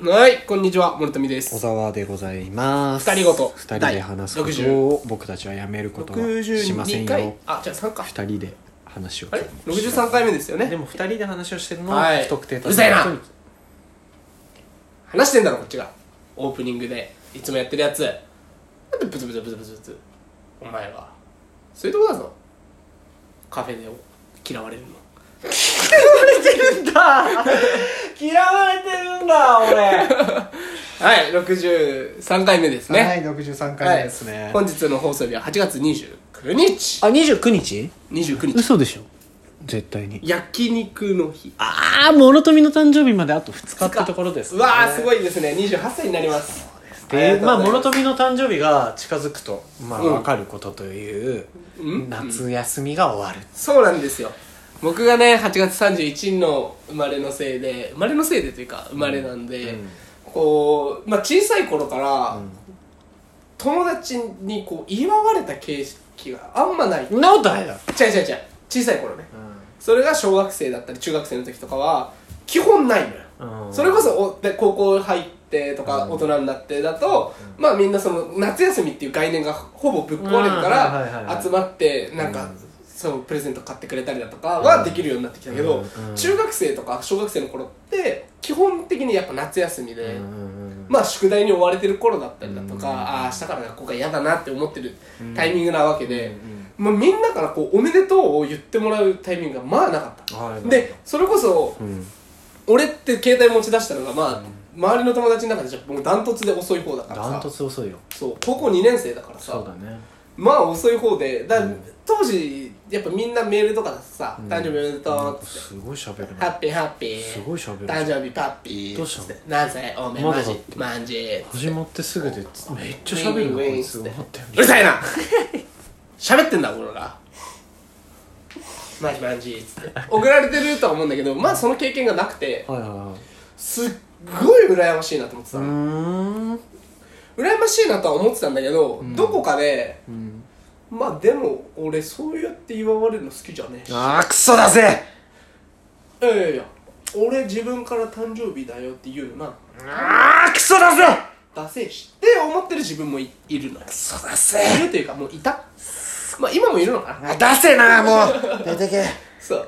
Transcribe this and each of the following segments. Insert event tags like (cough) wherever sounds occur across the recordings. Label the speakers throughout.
Speaker 1: はい、こんにちは、森富です
Speaker 2: 小。沢でございます
Speaker 1: 二人ごと
Speaker 2: 二人で話すこ
Speaker 1: 第
Speaker 2: と
Speaker 1: 60
Speaker 2: を僕たちはやめることはしません
Speaker 1: 62回
Speaker 2: よ、
Speaker 1: あ、じゃあ3か。
Speaker 2: 二人で話を
Speaker 1: あれ ?63 回目ですよ
Speaker 2: で
Speaker 1: ね。
Speaker 2: も二人で話をしてるの
Speaker 1: は
Speaker 2: はい不特定多
Speaker 1: うる
Speaker 2: 数
Speaker 1: さいな
Speaker 2: の人に
Speaker 1: 話してんだろ、こっちが。オープニングで、いつもやってるやつ。なんでブツブツブツブツブツ。お前は。そういうとこだぞ。カフェで嫌われるの。
Speaker 2: (laughs) 嫌われてるんだ俺
Speaker 1: はい、63回目ですね。
Speaker 2: (laughs) はい63回目ですね、
Speaker 1: 本日の放送日は8月29日。
Speaker 2: あ二29日
Speaker 1: 29日。
Speaker 2: 嘘でしょ絶対に
Speaker 1: 焼肉の日。
Speaker 2: ああ諸富の誕生日まであと2日ってところです
Speaker 1: うわー、すごいですね。28歳になります。
Speaker 2: でまあ諸
Speaker 1: と
Speaker 2: 富の誕生日が近づくとまあ
Speaker 1: うん
Speaker 2: 分かることという、
Speaker 1: うん
Speaker 2: 夏休みが終わる、
Speaker 1: そうなんですよ僕がね8月31日の生まれのせいで生まれのせいでというか生まれなんで、
Speaker 2: うん
Speaker 1: こう、まあ、小さい頃から、友達にこう祝われた形式があんまない違う違
Speaker 2: そんなことないだろ
Speaker 1: う違う小さい頃ねそれが小学生だったり中学生の時とかは基本ないのよそれこそおで高校入ってとか
Speaker 2: うん
Speaker 1: 大人になってだと、まあみんなその夏休みっていう概念がほぼぶっ壊れるか
Speaker 2: うんはいはいはいは
Speaker 1: ら
Speaker 2: い
Speaker 1: 集まってなんか、
Speaker 2: うん
Speaker 1: そうプレゼント買ってくれたりだとかはできるようになってきたけど、
Speaker 2: うんうん
Speaker 1: 中学生とか小学生の頃って基本的にやっぱ夏休みで、ま
Speaker 2: ま
Speaker 1: あ宿題に追われてる頃だったりだとか、
Speaker 2: うん
Speaker 1: ああ明日から学校が嫌だなって思ってるタイミングなわけで、
Speaker 2: うん
Speaker 1: まあ、みんなからこうおめでとうを言ってもらうタイミングがまあなかった、
Speaker 2: はい
Speaker 1: でそれこそ
Speaker 2: うん
Speaker 1: 俺って携帯持ち出したのがまあ、周りの友達の中でじゃもうダントツで遅い方だからさ
Speaker 2: ダントツ遅いよ
Speaker 1: そう高校2年生だからさ
Speaker 2: そうだね
Speaker 1: まあ遅い方でだ、
Speaker 2: うん
Speaker 1: 当時やっぱみんなメールとかでさ「誕生日おめでとう」っつって
Speaker 2: すごい喋る
Speaker 1: 「ハッ
Speaker 2: な
Speaker 1: ピーハッピー」
Speaker 2: すごい喋る
Speaker 1: 誕生日パッピー」
Speaker 2: どうしたの
Speaker 1: つって何歳おめ
Speaker 2: ま
Speaker 1: ま
Speaker 2: だだ
Speaker 1: じまんじ
Speaker 2: 始まってすぐでめっちゃ喋るな
Speaker 1: ウィンウィン
Speaker 2: こいつ思ったよ
Speaker 1: うるさいな (laughs) 喋ってんだ俺らマジマジっ
Speaker 2: (laughs)
Speaker 1: つって送られてるとは思うんだけどまあその経験がなくて
Speaker 2: りはいはいはい
Speaker 1: すっごい羨ましいなと思ってた
Speaker 2: う
Speaker 1: の、
Speaker 2: ーん
Speaker 1: 羨ましいなとは思ってたんだけど、どこかで
Speaker 2: うん
Speaker 1: まあでも俺そうやって祝われるの好きじゃねえしい
Speaker 2: あークソだぜ
Speaker 1: やいやいや俺自分から誕生日だよって言うのな
Speaker 2: あークソだぜ
Speaker 1: ダセえしって思ってる自分もいいるのよ
Speaker 2: クソだぜ
Speaker 1: いるというかもういたまあ今もいるのかな
Speaker 2: あ出せなもう出てけ
Speaker 1: そう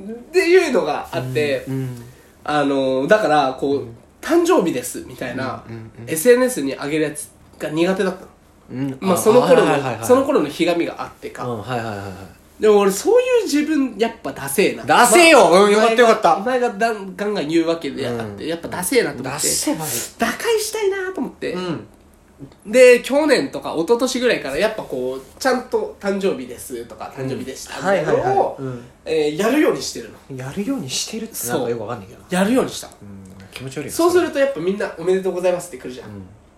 Speaker 1: っていうのがあって、
Speaker 2: うん
Speaker 1: あのだからこう、誕生日ですみたいな、SNS に上げるやつが苦手だったの
Speaker 2: うん
Speaker 1: まあその頃
Speaker 2: はいはいはいは
Speaker 1: の
Speaker 2: い
Speaker 1: その頃のひがみがあってか、
Speaker 2: うんはいはいはいはい
Speaker 1: でも俺そういう自分やっぱダセえな
Speaker 2: ダセえようん
Speaker 1: お前が
Speaker 2: よかったよかった
Speaker 1: お前がだんガンガン言うわけであって、
Speaker 2: うん
Speaker 1: やっぱダセえなと思って
Speaker 2: ダセえマジ
Speaker 1: 打開したいなと思って、
Speaker 2: ん
Speaker 1: で去年とか一昨年ぐらいからやっぱこうちゃんと誕生日ですとか誕生日でしたみたいなのを
Speaker 2: うん
Speaker 1: えーやるようにしてるの
Speaker 2: やるようにしてるってなんかよくわかんないけど
Speaker 1: やるようにした
Speaker 2: うん気持ち悪いよ
Speaker 1: そうするとやっぱみんな「おめでとうございます」って来るじゃん、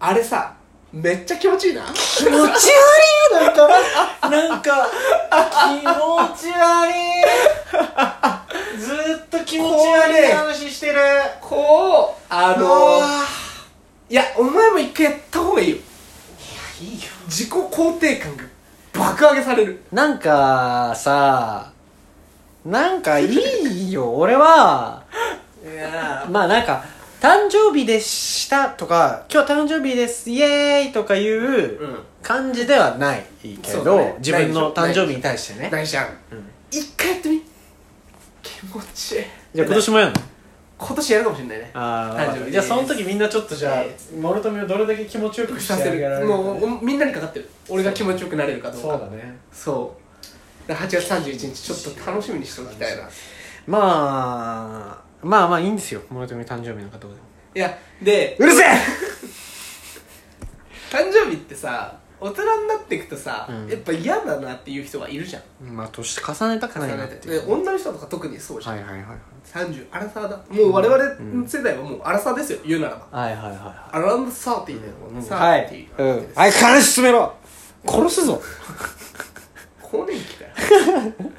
Speaker 1: あれさめっちゃ気持ちいいな
Speaker 2: 気持ち悪いなんかなんか気持ち悪いずーっと気持ち悪い話してる
Speaker 1: こうあ
Speaker 2: あの
Speaker 1: のー、
Speaker 2: ー
Speaker 1: いやお前も一回やった方がいいよ
Speaker 2: いいよ
Speaker 1: 自己肯定感が爆上げされる
Speaker 2: なんかさなんかいいよ俺はいまあなんか誕生日でしたとか今日誕生日ですイエーイとかいう
Speaker 1: うん
Speaker 2: 感じではないけ
Speaker 1: そう
Speaker 2: ど、
Speaker 1: だね
Speaker 2: 自分の誕生日に対してね
Speaker 1: 大事じゃん、
Speaker 2: うん
Speaker 1: 一回やってみ気持ちいい
Speaker 2: じゃあ今年もやるの
Speaker 1: 今年やるかもしれないね
Speaker 2: あ
Speaker 1: 誕生日
Speaker 2: ー
Speaker 1: です
Speaker 2: じゃあその時みんなちょっとじゃあ
Speaker 1: え
Speaker 2: 諸富をどれだけ気持ちよくして
Speaker 1: さ
Speaker 2: あ
Speaker 1: せ
Speaker 2: げられ
Speaker 1: る
Speaker 2: るかね
Speaker 1: もうおみんなにかかってる俺が気持ちよくなれるかどうか
Speaker 2: そうだね
Speaker 1: そうだから8月31日ちょっと楽しみにしておきたいな
Speaker 2: まあまあまあいいんですよ諸富誕生日なんかどうでも
Speaker 1: いやで
Speaker 2: うるせえ
Speaker 1: 誕生日ってさ大人になっていくとさ、
Speaker 2: うん
Speaker 1: やっぱ嫌だなっていう人がいるじゃん
Speaker 2: まあ年重ねたくないなってい
Speaker 1: で
Speaker 2: う
Speaker 1: 女の人とか特にそうじゃん、
Speaker 2: はいはいはいはい
Speaker 1: 30アラサーだもう我々世代はもうアラサーですよ言うならば、
Speaker 2: はいはいは
Speaker 1: アランドサーティーだよ、
Speaker 2: い
Speaker 1: サ
Speaker 2: は
Speaker 1: ーティ
Speaker 2: い
Speaker 1: ーな
Speaker 2: う
Speaker 1: わけ
Speaker 2: ん
Speaker 1: です、
Speaker 2: はい金進めろ殺すぞ
Speaker 1: 更年期だよ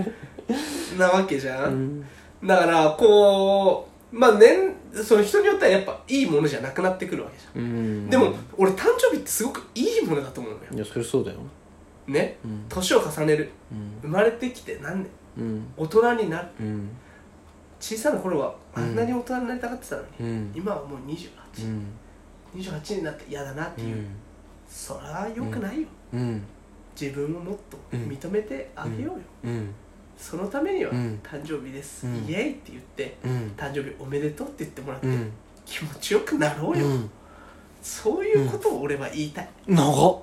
Speaker 1: なわけじゃん、だからこうまあ年その人によってはやっぱいいものじゃなくなってくるわけじゃん、
Speaker 2: うん
Speaker 1: でも俺誕生日ってすごくいいものだと思うのよ
Speaker 2: いやそれそうだよ
Speaker 1: ね
Speaker 2: うん
Speaker 1: 年を重ねる
Speaker 2: うん
Speaker 1: 生まれてきて何年
Speaker 2: うん
Speaker 1: 大人になる
Speaker 2: うん
Speaker 1: 小さな頃はあんなに大人になりたがってたのに、
Speaker 2: うん
Speaker 1: 今はもう
Speaker 2: う
Speaker 1: 2828
Speaker 2: ん
Speaker 1: になって嫌だなって
Speaker 2: う
Speaker 1: いう、
Speaker 2: ん
Speaker 1: そりゃよくないよ、
Speaker 2: うん
Speaker 1: 自分をもっと認めてあげようよ、
Speaker 2: うん
Speaker 1: そのためには、
Speaker 2: うん
Speaker 1: 誕生日です、
Speaker 2: うん
Speaker 1: イエイって言って
Speaker 2: うん
Speaker 1: 誕生日おめでとうって言ってもらって、
Speaker 2: うん
Speaker 1: 気持ちよくなろうよ、
Speaker 2: うん
Speaker 1: そういうことを俺は言いたい、
Speaker 2: 長っ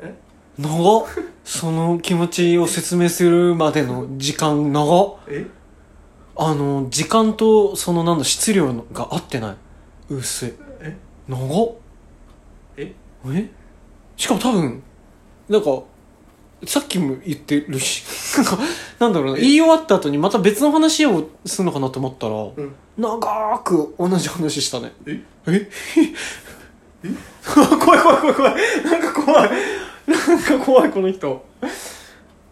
Speaker 1: え
Speaker 2: 長っその気持ちを説明するまでの時間長っ
Speaker 1: え
Speaker 2: あの時間とそのなんだ質量が合ってない薄い
Speaker 1: え
Speaker 2: 長っ
Speaker 1: え
Speaker 2: えしかも多分なんかさっきも言ってるし (laughs) なんかなんだろうな
Speaker 1: え
Speaker 2: 言い終わった後にまた別の話をするのかなと思ったら、
Speaker 1: うん
Speaker 2: 長ーく同じ話したね
Speaker 1: え
Speaker 2: え (laughs) 怖い怖い怖い怖いなんか怖いなんか怖いこの人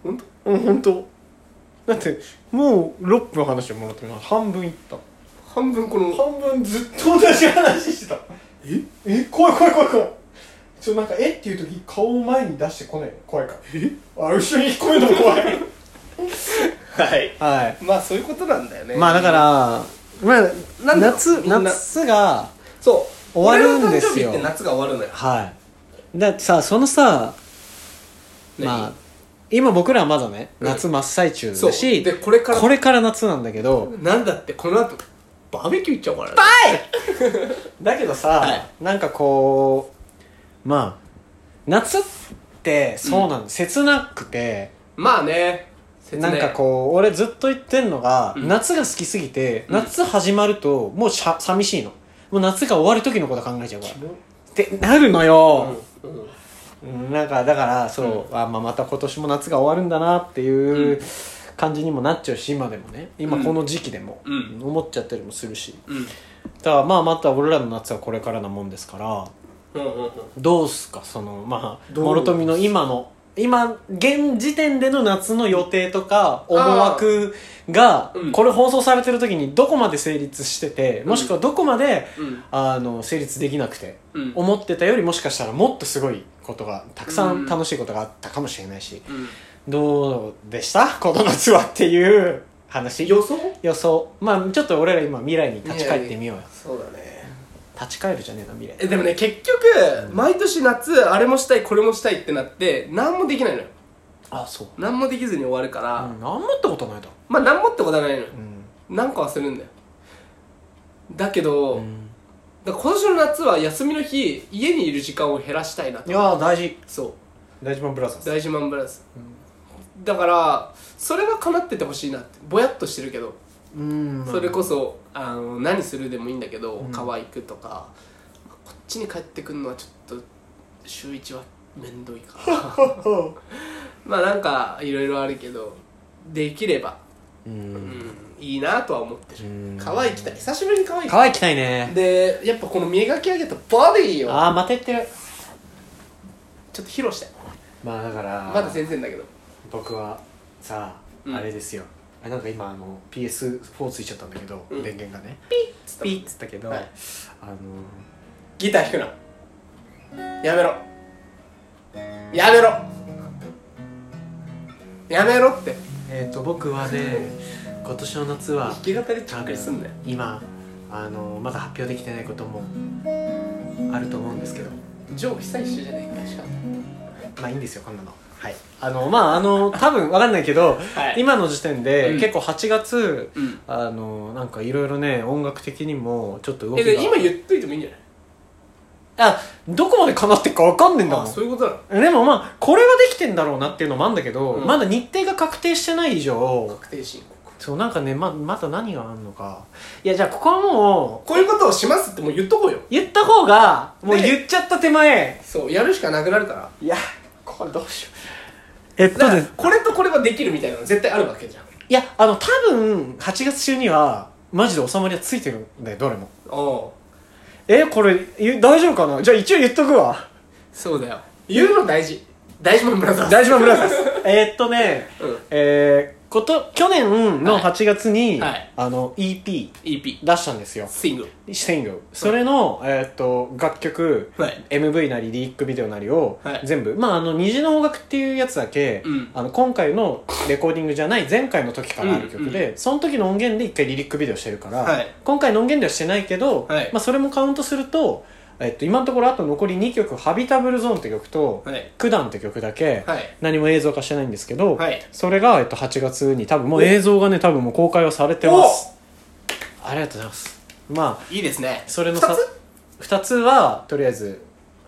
Speaker 1: 本当
Speaker 2: うん本当だってもう6分話してもらってるの半分いった
Speaker 1: 半分この
Speaker 2: 半分ずっと同じ話してた
Speaker 1: え
Speaker 2: え怖い怖い怖い怖いちょっとなんかえっていう時顔を前に出してこないの怖いから
Speaker 1: え
Speaker 2: あ後ろに引っ込めるのも怖い
Speaker 1: はい
Speaker 2: (laughs) は
Speaker 1: まあそういうことなんだよね
Speaker 2: いまあだからまあ
Speaker 1: なんだろう
Speaker 2: 夏
Speaker 1: みんな
Speaker 2: 夏が
Speaker 1: そう
Speaker 2: 終わるんですよ
Speaker 1: 俺の誕生日って夏が終わるのよ
Speaker 2: はいだってさそのさまあ今僕らはまだね
Speaker 1: うん
Speaker 2: 夏真っ最中
Speaker 1: そう
Speaker 2: だし、
Speaker 1: でこれから
Speaker 2: これから夏なんだけど
Speaker 1: なんだってこの後バーベキュー行っちゃおうからね
Speaker 2: だけどさ、
Speaker 1: はい
Speaker 2: なんかこうまあ夏ってそうなん、切なくて
Speaker 1: まあね切
Speaker 2: なんかこう俺ずっと言ってんのが、
Speaker 1: うん
Speaker 2: 夏が好きすぎて
Speaker 1: うん
Speaker 2: 夏始まるともうしゃ寂しいのもう夏が終わる時のこと考えちゃうからってなるのよ、
Speaker 1: うんうん
Speaker 2: うんなんかだからそう、あまあ、また今年も夏が終わるんだなっていうう感じにもなっちゃうし今でもね今この時期でも、
Speaker 1: うん
Speaker 2: 思っちゃったりもするし
Speaker 1: うん
Speaker 2: だからまあまた俺らの夏はこれからなもんですから
Speaker 1: うんうんうん
Speaker 2: どうすかそのまあ
Speaker 1: どう
Speaker 2: 諸富の今の今現時点での夏の予定とか思惑が
Speaker 1: うん
Speaker 2: これ放送されてる時にどこまで成立しててもしくはどこまで
Speaker 1: うん
Speaker 2: あの成立できなくて
Speaker 1: うん
Speaker 2: 思ってたよりもしかしたらもっとすごいことがたくさ
Speaker 1: うん
Speaker 2: ん楽しいことがあったかもしれないし
Speaker 1: うん
Speaker 2: どうでした (laughs) この夏はっていう話
Speaker 1: 予想
Speaker 2: 予想まあちょっと俺ら今未来に立ち返ってみようよ
Speaker 1: そうだね
Speaker 2: 立ち返るじゃねえな未来
Speaker 1: えでもね結局毎年夏あれもしたいこれもしたいってなって何もできないのよ
Speaker 2: あそう
Speaker 1: 何もできずに終わるから、
Speaker 2: うん何もってことないだろ
Speaker 1: まあ何もってことはないのよ
Speaker 2: うん
Speaker 1: 何かはするんだよだけど、
Speaker 2: うん
Speaker 1: だから今年の夏は休みの日家にいる時間を減らしたいなと
Speaker 2: いやー大事
Speaker 1: そ
Speaker 2: 大事マンブラザー
Speaker 1: う
Speaker 2: ズ
Speaker 1: 大事マンブラス、だからそれは叶っててほしいなってぼやっとしてるけど、
Speaker 2: うん
Speaker 1: それこそあの何するでもいいんだけど、
Speaker 2: うん
Speaker 1: 川行くとかこっちに帰ってくるのはちょっと週1はめんどい
Speaker 2: (laughs)
Speaker 1: からまあなんかいろいろあるけどできれば、
Speaker 2: う
Speaker 1: うんん、いいなとは思ってる、
Speaker 2: うん
Speaker 1: 川行きたい久しぶりに川行きたい
Speaker 2: 川行きたいね
Speaker 1: でやっぱこの磨き上げたボディを
Speaker 2: ああまた言ってる
Speaker 1: ちょっと披露したい
Speaker 2: まあだから
Speaker 1: まだ全然だけど
Speaker 2: 僕はさ
Speaker 1: うん
Speaker 2: あれですよあなんか今あの PS4 ついちゃったんだけど
Speaker 1: うん
Speaker 2: 電源がね
Speaker 1: ピ
Speaker 2: ピ
Speaker 1: ッ
Speaker 2: ッつったけど
Speaker 1: は
Speaker 2: あ
Speaker 1: い
Speaker 2: の
Speaker 1: ギター弾くなやめろやめろやめろって
Speaker 2: えっと僕はね今年の夏は
Speaker 1: 弾き語りちゃんくりすんね
Speaker 2: 今あのまだ発表できてないこともあると思うんですけど
Speaker 1: ジョー久石じゃねえかしかも
Speaker 2: まあいいんですよこんなのはいあのまああの多分わかんないけど、
Speaker 1: はい
Speaker 2: 今の時点で、
Speaker 1: うん
Speaker 2: 結構8月
Speaker 1: うん
Speaker 2: あのなんかいろいろね音楽的にもちょっと動き
Speaker 1: え
Speaker 2: が
Speaker 1: で今言っといてもいいんじゃない
Speaker 2: あどこまでかなってっかわかんねえんだも
Speaker 1: あ
Speaker 2: ん
Speaker 1: そういうことなの
Speaker 2: でもまあこれはできてんだろうなっていうのもあるんだけど、
Speaker 1: うん
Speaker 2: まだ日程が確定してない以上
Speaker 1: 確定申告
Speaker 2: そうなんかねままだ何があるのかいやじゃあここはも
Speaker 1: こういうことをしますってもう言っとこうよ
Speaker 2: う言った方がもう
Speaker 1: ね
Speaker 2: 言っちゃった手前
Speaker 1: そうやるしかなくなるから
Speaker 2: いやこれどうしようえっと
Speaker 1: だか
Speaker 2: で
Speaker 1: らこれとこれはできるみたいなの絶対あるわけじゃん
Speaker 2: いやあの多分8月中にはマジで収まりはついてるんだよどれも
Speaker 1: おう
Speaker 2: えこれゆ大丈夫かなじゃあ一応言っとくわ
Speaker 1: そうだよ言うの大事大事マンブラザーズ
Speaker 2: (laughs) 大丈夫ブラザーズえーっとね
Speaker 1: (laughs) うん
Speaker 2: えこと去年の8月に、
Speaker 1: はい
Speaker 2: あの EP
Speaker 1: EP
Speaker 2: 出したんですよ
Speaker 1: シングル
Speaker 2: シングルそれの、えーっと楽曲、
Speaker 1: はい
Speaker 2: MV なりリリックビデオなりを
Speaker 1: はい
Speaker 2: 全部、まああの虹の方角っていうやつだけ、
Speaker 1: うん
Speaker 2: あの今回のレコーディングじゃない前回の時からある曲で、その時の音源で一回リリックビデオしてるから、
Speaker 1: はい
Speaker 2: 今回の音源ではしてないけど、
Speaker 1: はい
Speaker 2: まあ、それもカウントすると、えっと、今のところあと残り2曲「ハビタブルゾーン」って曲と
Speaker 1: はい
Speaker 2: 「九段」って曲だけ、
Speaker 1: はい
Speaker 2: 何も映像化してないんですけど、
Speaker 1: はい
Speaker 2: それが、えっと、8月に多分もう映像がね多分もう公開はされてますありがとうございますまあ
Speaker 1: いいですね
Speaker 2: それの
Speaker 1: 二
Speaker 2: さ
Speaker 1: つ
Speaker 2: 2つはとりあえず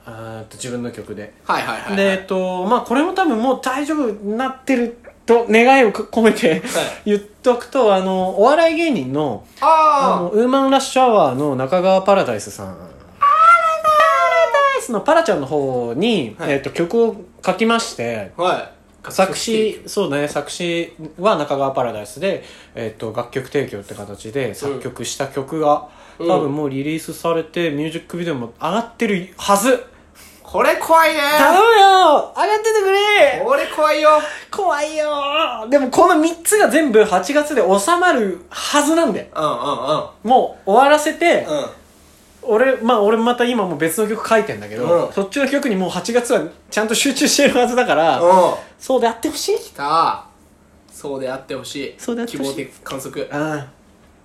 Speaker 2: あーっと自分の曲で
Speaker 1: はいはいはいはい
Speaker 2: でえっとまあこれも多分もう大丈夫になってると願いを込めて (laughs) 言っとくとあのお笑い芸人のあの
Speaker 1: あ
Speaker 2: ウーマンラッシュアワーの中川パラダイスさんパラダイスのパラちゃんの方に、
Speaker 1: はい
Speaker 2: えっと曲を書きまして
Speaker 1: あはい
Speaker 2: 作詞そうね作詞は中川パラダイスで、えっと楽曲提供って形で作曲した曲が、
Speaker 1: うん
Speaker 2: 多分もうリリースされてミュージックビデオも上がってるはず、
Speaker 1: これ怖いね
Speaker 2: 頼むよ上がっててくれ
Speaker 1: これ怖いよ
Speaker 2: 怖いよでもこの3つが全部8月で収まるはずなんで
Speaker 1: うんうん
Speaker 2: もう終わらせて、
Speaker 1: うんうん
Speaker 2: 俺まあ俺また今もう別の曲書いてんだけど、
Speaker 1: うん
Speaker 2: そっちの曲にもう8月はちゃんと集中してるはずだから、
Speaker 1: うん
Speaker 2: そうであってほしい
Speaker 1: きたそうであってほしい
Speaker 2: そうであってほしい
Speaker 1: 希望的観測
Speaker 2: あ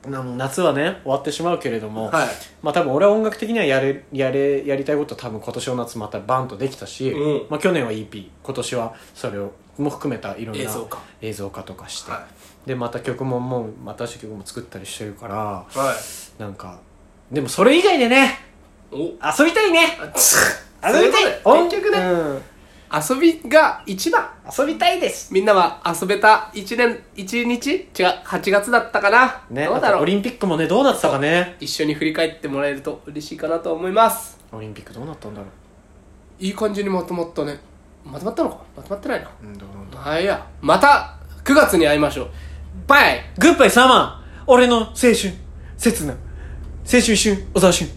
Speaker 2: あな夏はね終わってしまうけれども、
Speaker 1: はい
Speaker 2: まあ多分俺は音楽的にはやれやれやりたいこと多分今年の夏またバンとできたし、
Speaker 1: うん
Speaker 2: まあ、去年は EP 今年はそれをも含めたいろんな
Speaker 1: 映像化
Speaker 2: 映像化とかして、
Speaker 1: は
Speaker 2: でまた曲ももう新しい曲も作ったりしてるから
Speaker 1: いはい
Speaker 2: なんかでもそれ以外でね
Speaker 1: お
Speaker 2: 遊びたいね
Speaker 1: あつ
Speaker 2: 遊
Speaker 1: そうい
Speaker 2: び
Speaker 1: うこ
Speaker 2: た
Speaker 1: と
Speaker 2: い
Speaker 1: で結局ね
Speaker 2: うん
Speaker 1: 遊びが一番
Speaker 2: 遊びたいです
Speaker 1: みんなは遊べた1年1日違う8月だったかな、
Speaker 2: ね
Speaker 1: どう
Speaker 2: ま
Speaker 1: だ
Speaker 2: た
Speaker 1: ろ
Speaker 2: オ
Speaker 1: う
Speaker 2: リンピックもねどうだったかね
Speaker 1: 一緒に振り返ってもらえると嬉しいかなと思います
Speaker 2: オリンピックどうなったんだろう
Speaker 1: いい感じにまとまったねまとまったのかまとまってないな
Speaker 2: うんどうなんだ
Speaker 1: まあいいやまた9月に会いましょうバイ
Speaker 2: グッバイサマー俺の青春刹那青春一瞬小沢瞬